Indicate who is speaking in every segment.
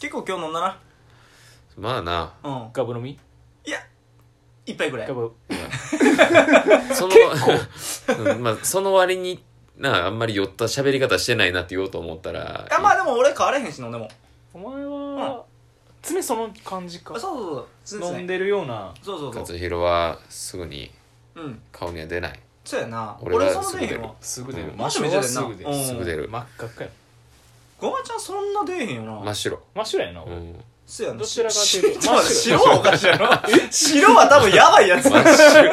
Speaker 1: 結構今日飲んだな
Speaker 2: まあな
Speaker 1: うん
Speaker 3: ガブ飲み
Speaker 1: いや一杯ぐらい
Speaker 3: ガブ
Speaker 2: その うんまあその割になあんまり酔った喋り方してないなって言おうと思ったら
Speaker 1: あまあでも俺変われへんし飲んでも
Speaker 3: お前は常その感じか
Speaker 1: あそうそうそう常々
Speaker 3: 飲んでるような
Speaker 1: そうそうそう
Speaker 2: 勝弘はすぐに
Speaker 1: うん
Speaker 2: 顔には出ない
Speaker 1: そうやな
Speaker 2: 俺は
Speaker 1: 俺その
Speaker 2: すぐ
Speaker 1: 出えへ
Speaker 2: 出
Speaker 1: ん
Speaker 2: る
Speaker 1: わ
Speaker 3: すぐ出る
Speaker 1: 真っ
Speaker 2: うん
Speaker 3: 真っ白は
Speaker 1: 白
Speaker 3: す
Speaker 1: やな
Speaker 3: ぐ出る
Speaker 1: うん
Speaker 2: すぐ出る
Speaker 3: 真っ赤っかよ
Speaker 1: ごまちゃんそんな出えへんよな
Speaker 2: 真っ白
Speaker 3: 真っ白やな、
Speaker 2: うん
Speaker 1: そうやな
Speaker 3: どちらかと
Speaker 1: し
Speaker 3: いうと
Speaker 1: ちょっと待って
Speaker 3: 真
Speaker 1: 白はおかしいやろ白は多分やばいやつ
Speaker 2: 真っ白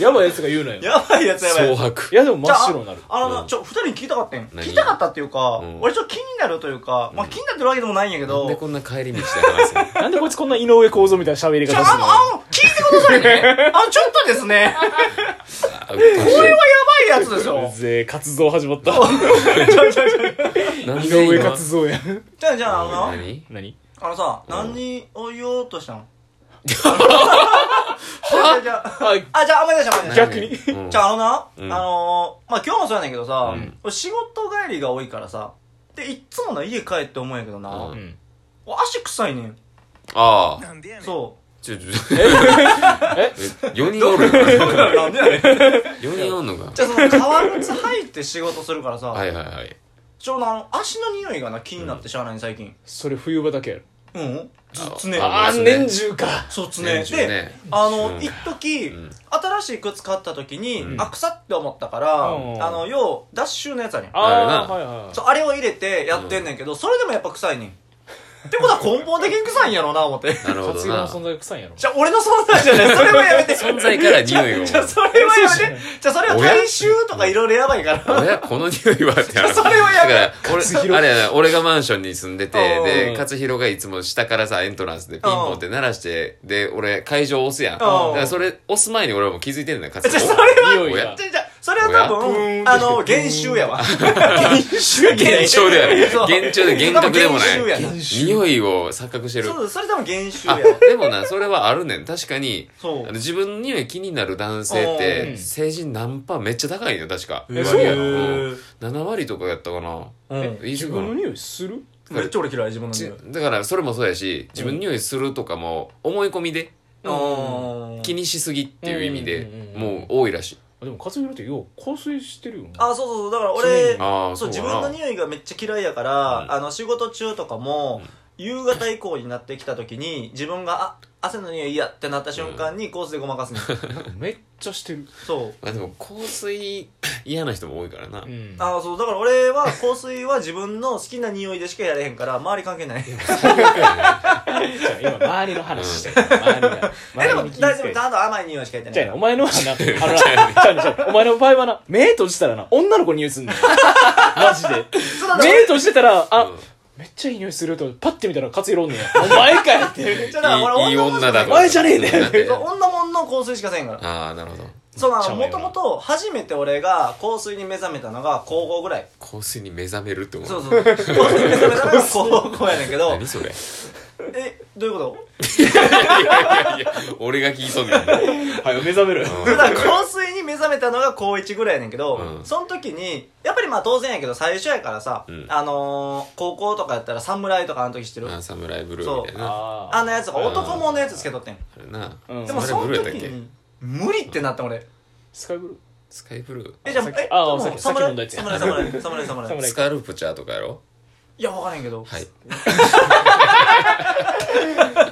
Speaker 3: やばいやつが言うなよい
Speaker 1: やばいやつやばい
Speaker 2: 蒼
Speaker 1: やつ
Speaker 2: 白
Speaker 3: やでも真っ白になる
Speaker 1: あのな、
Speaker 2: うん
Speaker 1: ちょ、二人に聞いたかったん
Speaker 2: 何
Speaker 1: 聞いたかったっていうか、
Speaker 2: うん
Speaker 1: 俺ちょっと気になるというか、まあ気になってるわけでもないんやけ
Speaker 2: なん
Speaker 1: ど、
Speaker 2: でこんな帰り道で話す の
Speaker 3: なんでこいつこんな井上構造みたいな喋り
Speaker 1: ち
Speaker 3: 方
Speaker 1: ょ、あ
Speaker 3: する
Speaker 1: の、あの、聞いてくださいね。あの、ちょっとですね、
Speaker 2: あうっとうしい
Speaker 1: これはやばいやつです
Speaker 3: の
Speaker 1: よ
Speaker 3: う。ぜえ活動始まった
Speaker 1: ちょ、ちょ、ちょ。
Speaker 2: なん
Speaker 3: 井
Speaker 2: で
Speaker 3: 上
Speaker 2: 今
Speaker 3: 活動や
Speaker 1: じゃあ、じゃあ、あのな、
Speaker 2: 何
Speaker 3: 何
Speaker 1: あのさ、
Speaker 2: うん
Speaker 1: 何を言おうとした のじゃあ、じゃあ、あ、じゃあ、あんまり出した、あんまり出した。
Speaker 3: 逆に
Speaker 2: うん
Speaker 1: じゃあ、あの
Speaker 2: うん
Speaker 1: な、あのー、まあ今日もそうやねんけどさ
Speaker 2: うん、
Speaker 1: 俺仕事帰りが多いからさ、で、いっつもな、家帰って思うんやけどな
Speaker 2: う、
Speaker 3: ん
Speaker 1: 俺足臭いねん。
Speaker 2: ああ
Speaker 1: そ
Speaker 2: ちょちょ 4人おる
Speaker 1: う。なんでやねん。
Speaker 2: 4人おんのか
Speaker 1: じゃあその革靴履いて仕事するからさ、
Speaker 2: はいはいはい
Speaker 1: ちょうどあの足の匂いがな気になってしゃあないね最近
Speaker 3: それ冬場だけやろ
Speaker 1: うんずつね
Speaker 2: あ
Speaker 3: あー年中か
Speaker 1: そうつね
Speaker 2: 年中
Speaker 1: で
Speaker 2: ね
Speaker 1: あの
Speaker 2: うん
Speaker 1: 一時、
Speaker 2: うん
Speaker 1: 新しい靴買った時に、
Speaker 2: うん
Speaker 1: あ臭って思ったから、
Speaker 3: うん
Speaker 1: あの要ダッシュのやつやねん
Speaker 2: あれ
Speaker 3: あ
Speaker 2: な
Speaker 3: あはいはい
Speaker 1: そうあれを入れてやってんねんけど、それでもやっぱ臭いねんってことは根本的に臭いんやろうな 思って
Speaker 2: なるほど
Speaker 3: 活動の
Speaker 2: な
Speaker 3: 存在が臭いんやろ
Speaker 1: じゃあ俺の存在じ ゃないそれはやめて
Speaker 2: 存在から匂いを
Speaker 1: じゃあ それはやめてじゃあそれは
Speaker 2: おや
Speaker 1: 体臭とかいろいろやばいから
Speaker 2: おやこの匂いはってなる
Speaker 1: それはやめ
Speaker 2: だから俺あれやな俺がマンションに住んでて
Speaker 1: うん
Speaker 2: で勝弘がいつも下からさエントランスでピンポンって鳴らしてで俺会場押すやんだからそれ押す前に俺はもう気づいてるんだよ勝
Speaker 1: じゃあそ
Speaker 2: 弘
Speaker 1: れは
Speaker 3: 匂い
Speaker 2: お
Speaker 3: が
Speaker 2: や
Speaker 1: じゃあじゃあそれは多
Speaker 3: お
Speaker 1: 分
Speaker 3: や
Speaker 1: あの減収やわ減収
Speaker 2: 現象ではな い
Speaker 1: そう
Speaker 2: 現象で幻覚で
Speaker 1: 多
Speaker 2: も
Speaker 1: 分
Speaker 2: な
Speaker 1: 減
Speaker 2: い
Speaker 1: 収やな
Speaker 2: 匂いを錯覚してる
Speaker 1: そうそれ多分減収や
Speaker 2: あ
Speaker 1: わ
Speaker 2: でもなそれはあるねん確かに
Speaker 1: そ
Speaker 2: あの
Speaker 1: う
Speaker 2: 自分の匂い気になる男性って、
Speaker 3: うん
Speaker 2: 成人何パーめっちゃ高いんよ確か、
Speaker 1: え
Speaker 2: 割合
Speaker 3: そうな
Speaker 1: の
Speaker 2: うん7割とかやったかな
Speaker 1: うん
Speaker 3: 自
Speaker 2: 20
Speaker 3: 分の
Speaker 2: か
Speaker 3: 匂いする
Speaker 1: めっちゃ俺嫌い自分の
Speaker 2: ちだからそれもそうやし自分の匂いするとかも思い込みで
Speaker 1: 匂い
Speaker 2: 気にしすぎっていう意味で
Speaker 3: うんうんうんう
Speaker 2: も
Speaker 3: ん
Speaker 2: う多いらしい
Speaker 3: あでも勝弘ってよう香水してるよな
Speaker 1: あそうそうそうだから俺
Speaker 2: ああ
Speaker 1: そ
Speaker 2: そうう
Speaker 1: 自
Speaker 2: か
Speaker 1: 分の
Speaker 2: な
Speaker 1: 匂いがめっちゃ嫌いやから、
Speaker 2: うん
Speaker 1: あの仕事中とかも、
Speaker 2: うん
Speaker 1: 夕方以降になってきた時に自分があ汗の匂い嫌ってなった瞬間にコースでごま かすね、
Speaker 3: なんかめっちゃしてる
Speaker 1: そう
Speaker 2: まあでも香水嫌な人も多いからな、
Speaker 3: うん
Speaker 1: あそうだから俺は香水は自分の好きな匂いでしかやれへんから周り関係ない
Speaker 3: じゃあ今周りの話してる周り が
Speaker 1: えで
Speaker 3: 周り
Speaker 1: も
Speaker 3: に気
Speaker 1: 大
Speaker 3: ぃ
Speaker 1: 丈
Speaker 3: 付
Speaker 1: 夫
Speaker 3: け
Speaker 1: ちゃんと甘い匂いしかやって
Speaker 3: じ
Speaker 1: ない
Speaker 3: ゃあなお前のはな、あのな、ちゃうねんちゃうねんお前の場合はな、目閉じたらな、女の子に匂いすんのよ。マジで。
Speaker 1: そうだ
Speaker 3: 目閉じてたら、あ、
Speaker 2: うん
Speaker 3: めっちゃいい匂いすると、パッて見たら、勝弘おんねや。お前かよっていう。
Speaker 1: じゃあだから
Speaker 2: いいいい女だ
Speaker 3: お
Speaker 2: と
Speaker 3: 前じゃねえね
Speaker 2: だって
Speaker 1: そう女もんの香水しかせんから
Speaker 2: ああなるほど
Speaker 1: そうな
Speaker 3: ちゃ
Speaker 1: の
Speaker 3: うよ
Speaker 1: も
Speaker 3: な
Speaker 1: ともと初めて俺が香水に目覚めたのが高校ぐらい
Speaker 2: 香水に目覚めるって思う
Speaker 1: そうそう香水に目覚めたのが高校やねんけど
Speaker 2: 何それい
Speaker 1: えどういうこ
Speaker 2: やいや俺が聞いとんねん
Speaker 3: はい、目覚める。
Speaker 1: とだから香水に目覚めたのが高1ぐらいやねんけど、
Speaker 2: うん
Speaker 1: その時にやっぱりまあ当然やけど最初やからさ、
Speaker 2: うん
Speaker 1: あのー、高校とかやったら侍とかあの時知ってる
Speaker 2: あーサムライブルーみたいなあ
Speaker 3: あ
Speaker 1: あのやつが男物のやつつけとってん
Speaker 2: れな、
Speaker 3: うん
Speaker 1: でも
Speaker 2: サ
Speaker 1: そ
Speaker 2: ム
Speaker 1: の
Speaker 2: ライブルー
Speaker 1: 時
Speaker 2: やったっけ
Speaker 1: に無理ってなった俺
Speaker 3: スカイブル
Speaker 2: スカイブルー
Speaker 1: えじゃあ
Speaker 3: お酒
Speaker 1: え
Speaker 3: あ
Speaker 1: でも
Speaker 3: お酒酒飲んだやつや
Speaker 1: 侍 侍侍侍
Speaker 3: 侍
Speaker 2: スカルプチャーとかやろ
Speaker 1: いや分からへんけど、
Speaker 2: はい
Speaker 3: ー。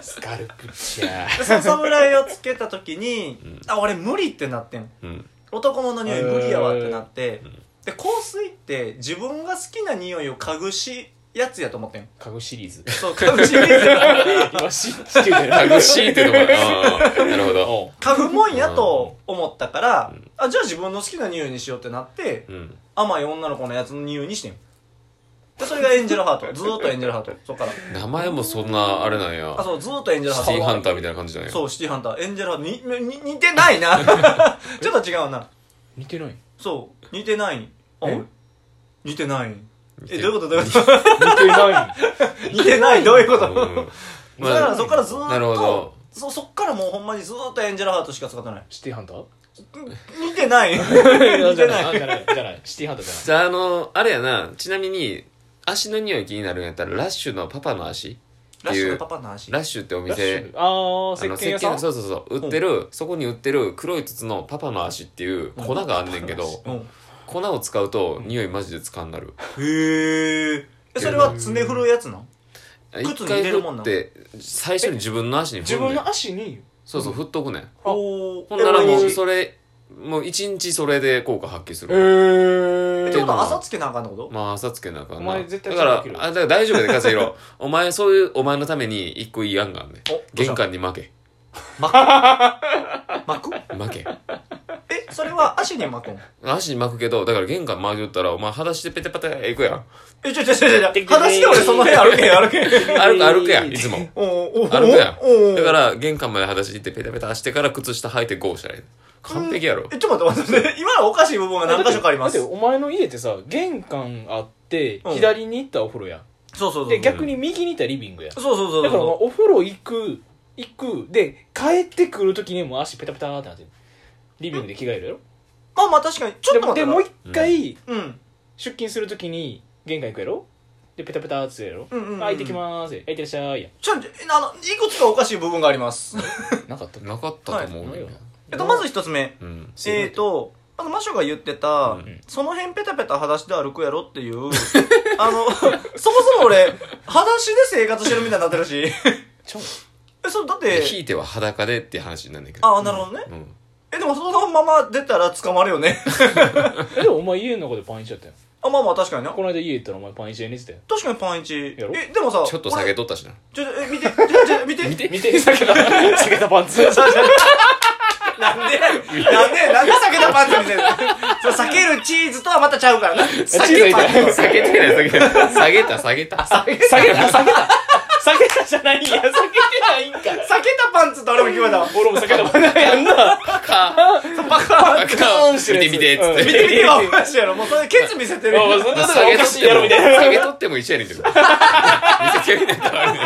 Speaker 3: スカルプチャー。
Speaker 1: でその侍をつけた時に、
Speaker 2: うん
Speaker 1: あ俺無理ってなってん
Speaker 2: うん
Speaker 1: 男物の匂い無理やわってなって、で香水って自分が好きな匂いを嗅ぐしやつやと思ってん
Speaker 3: カゴシリーズ。
Speaker 1: そう 嗅ぐシリーズや
Speaker 3: 今、し地球で
Speaker 2: 楽しいってとこああなるほど
Speaker 3: おう
Speaker 1: 嗅ぐもんやと思ったから、
Speaker 2: うん
Speaker 1: あじゃあ自分の好きな匂いにしようってなって、
Speaker 2: うん
Speaker 1: 甘い女の子のやつの匂いにしてんでそれがエンジェルハートずーっとエンジェルハートそっから
Speaker 2: 名前もそんなあれなんや
Speaker 1: あそうずーっとエンジェルハー
Speaker 2: シ
Speaker 1: ト
Speaker 2: ティーハンターみたいな感じなんや
Speaker 1: そう、シティハンター。エンジェルハート、に、に、似てないな。 ちょっと違うな。
Speaker 3: 似てない
Speaker 1: そう、似てない。あ
Speaker 3: え
Speaker 1: 似てない。
Speaker 2: 似て
Speaker 1: え、
Speaker 2: る
Speaker 1: どういうことどういうこと
Speaker 3: 似てな い。
Speaker 1: 似てない、どういうこと、
Speaker 2: うん
Speaker 1: だから、
Speaker 2: ま
Speaker 1: そっからずーっと。
Speaker 2: なるほど
Speaker 1: そ、そっからもうほんまにずーっとエンジェルハートしか使ってない。
Speaker 3: シティハンター
Speaker 1: 似て ない。
Speaker 3: じゃない、
Speaker 1: な
Speaker 3: あじゃない、じゃない。シティハンターじゃない。
Speaker 2: じゃああのあれやなちなみに足の匂い気になるんやったらラッシュのパパの足て
Speaker 1: ラッシ
Speaker 2: い
Speaker 1: ュの
Speaker 2: う
Speaker 1: パパの話
Speaker 2: ラッシュってお
Speaker 3: ラッシ
Speaker 2: 店
Speaker 3: ュああ
Speaker 2: あ
Speaker 3: 石
Speaker 2: の
Speaker 3: 鹸屋さん
Speaker 2: そうそうそう売ってるそこに売ってる黒い筒のパパの足っていう粉があんねんけど
Speaker 1: うん
Speaker 2: 粉を使うと匂いマジでつかんなる
Speaker 1: へええそれは常振るやつなん靴に
Speaker 2: 一回
Speaker 1: 入れ
Speaker 2: 振
Speaker 1: るもん
Speaker 2: っ
Speaker 1: な
Speaker 2: て最初に自分の足に振
Speaker 3: 自
Speaker 2: るね
Speaker 3: 分
Speaker 2: ん
Speaker 3: の足に
Speaker 2: そうそう振っとくねん
Speaker 1: おお
Speaker 2: ほんならも
Speaker 3: え
Speaker 2: うそれもう一日それで効果発揮す
Speaker 3: え
Speaker 2: る
Speaker 1: え
Speaker 3: ー
Speaker 1: ってことは朝つけなあかんのこと
Speaker 2: まあ朝つけなあかん
Speaker 3: お
Speaker 2: な
Speaker 3: 前絶対
Speaker 2: だから
Speaker 3: そんなの
Speaker 2: あだから大丈夫やで勝弘 お前そういうお前のために一個いい案があんねん
Speaker 1: おどうした
Speaker 2: 玄関に負け
Speaker 1: 巻く
Speaker 2: 負け
Speaker 1: えそれは足に 巻くん
Speaker 2: 足に巻くけどだから玄関巻いとったらお前裸足でペテペテ行くやん
Speaker 1: えちょちょちょちょ裸足で俺その辺歩けへん歩けへん
Speaker 2: 歩く歩くやんいつも
Speaker 1: おーおー
Speaker 2: 歩くや
Speaker 1: おーお
Speaker 2: ん
Speaker 1: ー
Speaker 2: だから玄関まで裸足行ってペタペタしてから靴下履いてゴーしたらいい完璧やろ
Speaker 1: えちょっと待って待って今のおかしい部分が何箇所かありま
Speaker 3: だ
Speaker 1: す
Speaker 3: って
Speaker 1: そう
Speaker 3: お前の家ってさ玄関あって
Speaker 1: うん
Speaker 3: 左に行ったらお風呂や、
Speaker 1: そうそう
Speaker 3: で逆に右に行ったらリビングや、
Speaker 1: そうそうそう
Speaker 3: だからお前
Speaker 1: そ
Speaker 3: お風呂行く行くで帰ってくる時にもう足ペタペタってなってるリビングで着替えるやろ
Speaker 1: うまあまあ確かにちょ
Speaker 3: で
Speaker 1: っと
Speaker 3: も
Speaker 1: 待
Speaker 3: で
Speaker 1: って
Speaker 3: もう一回、
Speaker 1: うん
Speaker 3: 出勤するときに玄関行くやろでペタペタっつってやろ、
Speaker 1: うんうんうん
Speaker 3: あ行ってきまーすはい行ってらっしゃいや
Speaker 1: ちょあのいくつかおかしい部分があります
Speaker 3: なかった
Speaker 2: なかったと思う
Speaker 3: はい
Speaker 2: よね
Speaker 1: えっとまず一つ目
Speaker 2: うん
Speaker 1: えーとまずマショが言ってた、
Speaker 2: うん
Speaker 1: その辺ペタペタ裸足で歩くやろっていう あのそもそも俺裸足で生活してるみたいになってるし
Speaker 3: ちょ
Speaker 1: えそれだっ
Speaker 2: で
Speaker 1: て
Speaker 2: ひいては裸でっていう話になんだけど
Speaker 1: ああなるほどね、
Speaker 2: うん
Speaker 1: えでもそのまま出たら捕まるよね
Speaker 3: えでもお前家の中でパンイチやったよ
Speaker 1: あまあまあ確かにな
Speaker 3: この間家行ったらお前パンイチやねって言って
Speaker 1: 確かにパンイチ
Speaker 3: やろ
Speaker 1: えでもさ
Speaker 2: ちょっと下げとったしな
Speaker 1: 俺ちょっとえ見てちょちょ見て
Speaker 3: たよ見て見て避けた避けたパンツ
Speaker 1: なんでなんでなんで避けたパンツ見せるそう避けるチーズとはまたちゃうからな
Speaker 3: チーズ入れたよ
Speaker 2: 下げてない下げてない下げた下げた下げ
Speaker 3: 下げた下げた下げたじゃないんや下げてないんか
Speaker 1: 避けたパンツと俺も聞こえたわ
Speaker 3: 俺も下げたパンツやんな
Speaker 2: た
Speaker 1: バカ
Speaker 2: あか
Speaker 3: ガー
Speaker 2: ん
Speaker 3: ンして
Speaker 2: 見
Speaker 3: る
Speaker 2: て
Speaker 3: や
Speaker 2: 見てっつって
Speaker 3: つうん
Speaker 1: 見て見てはおかしいやろもうそれケツ見せてるやん
Speaker 3: おいそんなとこ
Speaker 2: 下げ
Speaker 3: お
Speaker 2: と
Speaker 3: か
Speaker 2: っ
Speaker 3: しいや
Speaker 2: て
Speaker 3: ろ
Speaker 2: も
Speaker 3: みたいな
Speaker 2: 下げとっても一緒やねんけど見せてみてたらあれね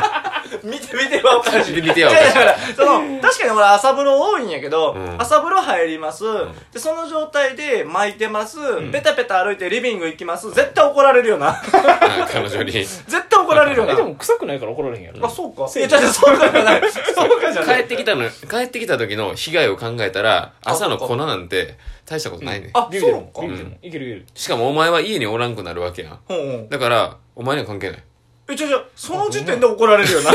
Speaker 1: 見て見てはおかしい
Speaker 2: 見て見てはおかしい
Speaker 1: ややだからその確かに俺朝風呂多いんやけど、
Speaker 2: うん
Speaker 1: 朝風呂入ります、
Speaker 2: ん
Speaker 1: でその状態で巻いてます、
Speaker 2: ん
Speaker 1: ペタペタ歩いてリビング行きます絶対怒られるよな
Speaker 2: あ彼女に
Speaker 1: 絶対怒られるよな
Speaker 3: えでも臭くないから怒られへんやろ
Speaker 1: あそうかい
Speaker 3: せ
Speaker 1: や
Speaker 3: や
Speaker 1: じゃそうかじゃないそうかじゃな
Speaker 2: 帰っ
Speaker 1: い
Speaker 2: てきたの帰ってきた時の被害を考えたら朝の粉なんて大したことないね
Speaker 1: あ
Speaker 3: ビビ
Speaker 1: そう
Speaker 3: る
Speaker 1: なの
Speaker 3: も
Speaker 1: か
Speaker 3: ビビるもいけるいける
Speaker 2: しかもお前は家におらんくなるわけやん
Speaker 1: うんうん
Speaker 2: だからお前には関係ない
Speaker 1: えじゃあじゃあその時点で怒られるよな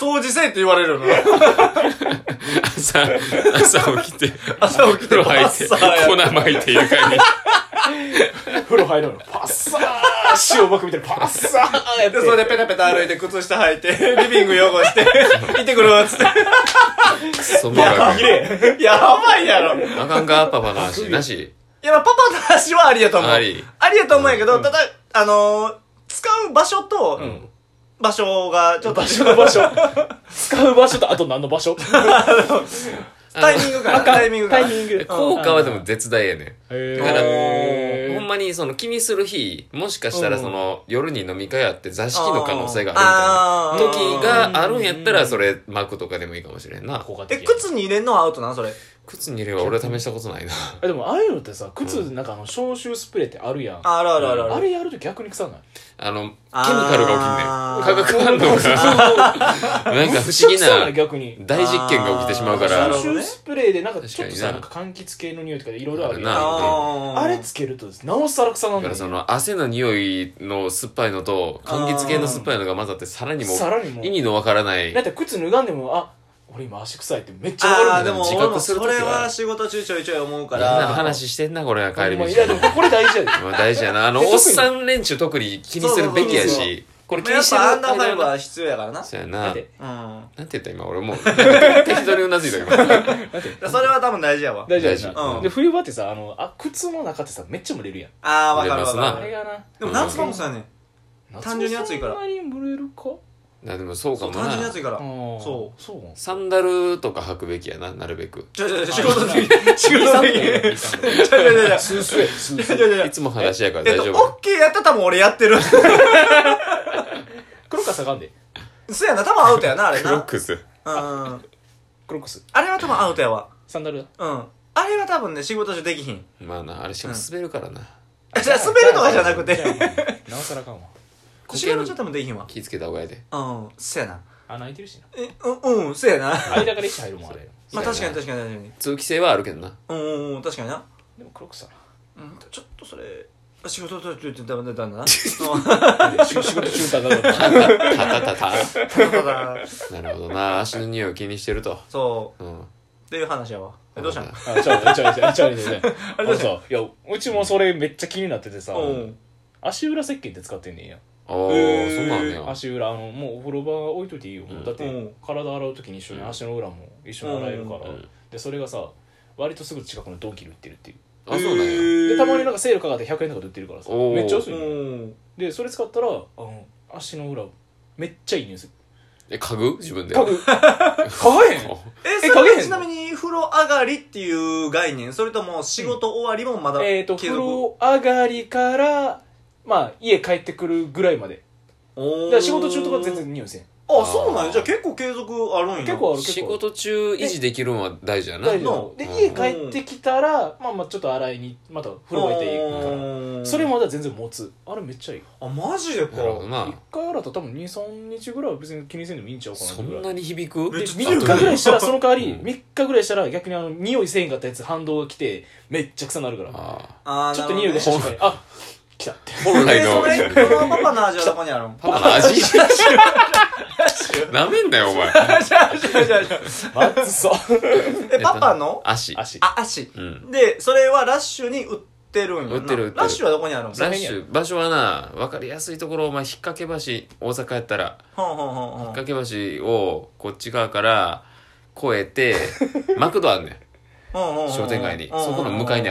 Speaker 1: 掃除せえって言われるよな
Speaker 2: 朝朝起きて
Speaker 1: 朝起きて
Speaker 2: 風呂入って
Speaker 1: 朝や
Speaker 2: 粉まいて床に
Speaker 3: 風呂入るのパッサー塩ばくみたいなパッサーやって
Speaker 1: でそれでペタペタ歩いて靴下履いてリビング汚して行ってくるっつって
Speaker 2: クソもがかん
Speaker 1: やばいやろ。い
Speaker 2: あかんかパパの話なし
Speaker 1: や、まあパパの話はありやと思う。
Speaker 2: あり
Speaker 1: ありやと思うんやけど、
Speaker 3: ん
Speaker 1: ただ、あのー使う場所と、場所が、ちょっと、
Speaker 3: 場所の場所使う場所とあと何の場所
Speaker 1: タイミングかな、タイミングか
Speaker 3: タ
Speaker 1: な。
Speaker 3: イミング
Speaker 2: 効果はでも絶大やね
Speaker 3: へ
Speaker 2: だから
Speaker 3: ー
Speaker 2: ほんまにその気にする日もしかしたらその夜に飲み会あって座敷の可能性があるみたいな時
Speaker 1: あー
Speaker 2: があるんやったらそれ巻くとかでもいいかもしれんな
Speaker 3: 効果的
Speaker 1: え、
Speaker 3: や
Speaker 1: 靴に入れんのはアウトなんそれ。
Speaker 2: 靴に入れれば俺は試したことない な
Speaker 3: えでもああいうのってさ靴なんかあの消臭スプレーってあるやんあ
Speaker 1: ああるあるあるある。
Speaker 3: れやると逆に臭ない
Speaker 2: あの、ケミ
Speaker 1: あー
Speaker 2: カルが起きんねん。化学反応 が、なんか不思議
Speaker 3: 臭い
Speaker 2: な
Speaker 3: 逆に
Speaker 2: 大実験が起きてしまうか
Speaker 1: あーなる
Speaker 2: ら
Speaker 1: ほ
Speaker 3: 消
Speaker 1: ど、
Speaker 3: 臭スプレーでなんかちょっと
Speaker 2: 確かに
Speaker 3: さな
Speaker 2: なん
Speaker 3: か柑橘系の匂いとかでいろいろあるや
Speaker 2: ある
Speaker 3: ん
Speaker 2: な
Speaker 1: あー
Speaker 3: あれつけるとなおさら臭な
Speaker 2: だ
Speaker 3: ん
Speaker 2: か
Speaker 3: だ
Speaker 2: らそ
Speaker 3: よね
Speaker 2: の汗の匂いの酸っぱいのと、柑橘系の酸っぱいのが混ざって、さらにも
Speaker 3: さらにも
Speaker 2: う、意味のわからない
Speaker 3: だっ。て靴脱がんでもあ俺今足臭いってめっちゃわ
Speaker 1: あ
Speaker 3: か
Speaker 1: あ、
Speaker 3: る
Speaker 1: で
Speaker 3: もん
Speaker 1: も
Speaker 2: 自
Speaker 1: 俺
Speaker 2: 覚
Speaker 1: も
Speaker 2: する
Speaker 1: そ
Speaker 2: 時は
Speaker 1: れは仕事中ちょいちょい思うか
Speaker 2: みんな
Speaker 1: ら。
Speaker 2: 話してんな、これは帰り
Speaker 3: ほんま
Speaker 2: 道
Speaker 3: にいやでもこれ大事やで
Speaker 2: まあ大事や な。あの、
Speaker 3: で
Speaker 2: おっ
Speaker 3: 特に
Speaker 2: さん連中特に気にするべきや
Speaker 1: そうそうそう
Speaker 2: し、これ気
Speaker 1: まあや
Speaker 2: に
Speaker 1: っ
Speaker 2: してる
Speaker 1: ぱアンダーファイ
Speaker 2: 間
Speaker 1: ブは
Speaker 2: は
Speaker 1: 必要やからな。
Speaker 2: そうや
Speaker 3: だっ
Speaker 2: な。
Speaker 3: て
Speaker 1: うん。
Speaker 2: なんて言った今俺もう、適当にうなずい た今。
Speaker 1: だからそれは多分大事やわ。
Speaker 3: 大事や
Speaker 1: う
Speaker 3: なんで冬場ってさあのあ靴の中ってさめっちゃ蒸れるやん
Speaker 1: ああ、わかるわ
Speaker 2: うん
Speaker 1: か
Speaker 3: あれ
Speaker 1: る。
Speaker 3: がな
Speaker 1: でも夏場もそうやねん。単純に暑いから
Speaker 3: そんなに蒸れるか
Speaker 2: なでもそうか
Speaker 1: そう
Speaker 2: も
Speaker 1: 単純に
Speaker 2: な
Speaker 1: 暑。いから。そ
Speaker 3: そううそう なん
Speaker 2: サンダルとか履くべきやな、なるべく。
Speaker 1: ちょちょちょ、仕事的に。仕事的に。
Speaker 3: ス
Speaker 1: ちょちょちょちょ。
Speaker 3: ースースー
Speaker 1: いやいやいや
Speaker 2: いつも話やから
Speaker 1: えっ
Speaker 2: 大
Speaker 1: と、
Speaker 2: 丈夫。
Speaker 1: オッケーやったら多分俺やってる。
Speaker 3: 黒か下がんで
Speaker 1: そうやな、多分アウトやな、あれ
Speaker 2: ク
Speaker 1: な。
Speaker 2: ロックス。
Speaker 1: うん。
Speaker 3: 黒くす
Speaker 1: あれは多分アウトやわ。
Speaker 3: サンダルだ
Speaker 1: うん。あれは多分ね、仕事中できひん。
Speaker 2: まあな、あれしかも滑るからな。
Speaker 1: あじゃあ滑るとかじゃなくて。
Speaker 3: なおさらあかんわ
Speaker 1: 腰がのちゃったもんできひんわ
Speaker 2: 気ぃつけた方がええで
Speaker 1: うんそやな
Speaker 3: 穴開いてるしな
Speaker 1: えうんうんそやな
Speaker 3: 間から石入るもんあれ
Speaker 1: まあ確かに確かに確かに
Speaker 2: 通気性はあるけどな
Speaker 1: うんうんうん確かにな
Speaker 3: でも黒くさ
Speaker 1: うんちょっとそれ仕事だと言ってダメだったんだなうん
Speaker 3: 仕事中だな
Speaker 2: たたたた
Speaker 1: そうだな
Speaker 2: たなるほどな足の匂いを気にしてると
Speaker 1: そう
Speaker 2: うん
Speaker 1: っていう話やわえどうしたの
Speaker 3: あちょいちょいちょいちょいちょいあ
Speaker 1: れどう
Speaker 3: れ
Speaker 1: した
Speaker 3: さいやうちもそれめっちゃ気になっててさ
Speaker 1: うん
Speaker 3: 足裏石鹸って使ってんねんや
Speaker 2: ああー
Speaker 1: へー
Speaker 2: そうなんや
Speaker 3: 足裏あのもうお風呂場置いといていいよ、
Speaker 2: うん
Speaker 3: だって
Speaker 1: うん
Speaker 3: 体洗う時に一緒に足の裏も一緒に洗えるから、
Speaker 2: うん
Speaker 3: でそれがさ割とすぐ近くのドンキで売ってるっていう
Speaker 2: あそうなんや
Speaker 3: でたまになん
Speaker 1: か
Speaker 3: かセールかかって100円とかで売ってるからさ
Speaker 2: おー
Speaker 3: めっちゃ安
Speaker 1: う
Speaker 3: いのよ
Speaker 1: ん
Speaker 3: でそれ使ったらあの足の裏めっちゃいい匂いする
Speaker 2: え嗅ぐ自分で
Speaker 3: 嗅ぐ嗅がへん
Speaker 1: え
Speaker 3: え
Speaker 1: それ
Speaker 3: 影
Speaker 1: は
Speaker 3: 変
Speaker 1: ちなみに風呂上がりっていう概念それとも仕事終わりもまだ
Speaker 3: えっ、と
Speaker 1: 継
Speaker 3: 風
Speaker 1: 続
Speaker 3: 呂上がりからまあ家帰ってくるぐらいまで
Speaker 1: おー
Speaker 3: だから仕事中とか全然匂いせん
Speaker 1: あそうなんやじゃあ結構継続あるんや
Speaker 3: 結構ある結構
Speaker 2: 仕事中維持できるんは大事やな
Speaker 3: 大
Speaker 1: の
Speaker 3: 丈夫で
Speaker 2: うん
Speaker 3: 家帰ってきたらまあまあちょっと洗いにまた風呂入っていいからそれまだ全然持つあれめっちゃいい
Speaker 1: あマジでか
Speaker 2: なるほどな
Speaker 3: 一回洗ったら多分23日ぐらいは別に気にせんでもいいんちゃうかな
Speaker 2: そ
Speaker 3: ぐら
Speaker 2: ん
Speaker 3: い
Speaker 2: なに響く
Speaker 1: め
Speaker 3: で
Speaker 1: っちゃ
Speaker 3: 3日ぐらいしたらその代わり
Speaker 2: うん
Speaker 3: 3日ぐらいしたら逆にあの匂いせえへんかったやつ反動が来てめっちゃ臭なるから
Speaker 2: あ
Speaker 1: あー
Speaker 3: ちょっと匂いがした
Speaker 1: なる
Speaker 3: 瞬間にあ来たって
Speaker 2: ー本
Speaker 1: ほどね
Speaker 2: 来の
Speaker 1: えそれこのパパの味はどこにあるん
Speaker 2: パパの味 なめんなよお前
Speaker 3: まずそう
Speaker 1: えパパの
Speaker 2: 足
Speaker 3: 足
Speaker 1: あ足
Speaker 2: うん
Speaker 1: でそれはラッシュに売ってるんやな
Speaker 2: 売ってる売ってる
Speaker 1: ラッシュはどこにあるんほん
Speaker 2: ラッシュ場所はな分かりやすいところお前引っ掛け橋大阪やったら
Speaker 1: ほんほんほん
Speaker 2: 引っ掛け橋をこっち側 から越えてマクドあんねん
Speaker 1: ほんほんほんほん
Speaker 2: 商店街に
Speaker 1: うんうんうん
Speaker 2: そこの向かいにある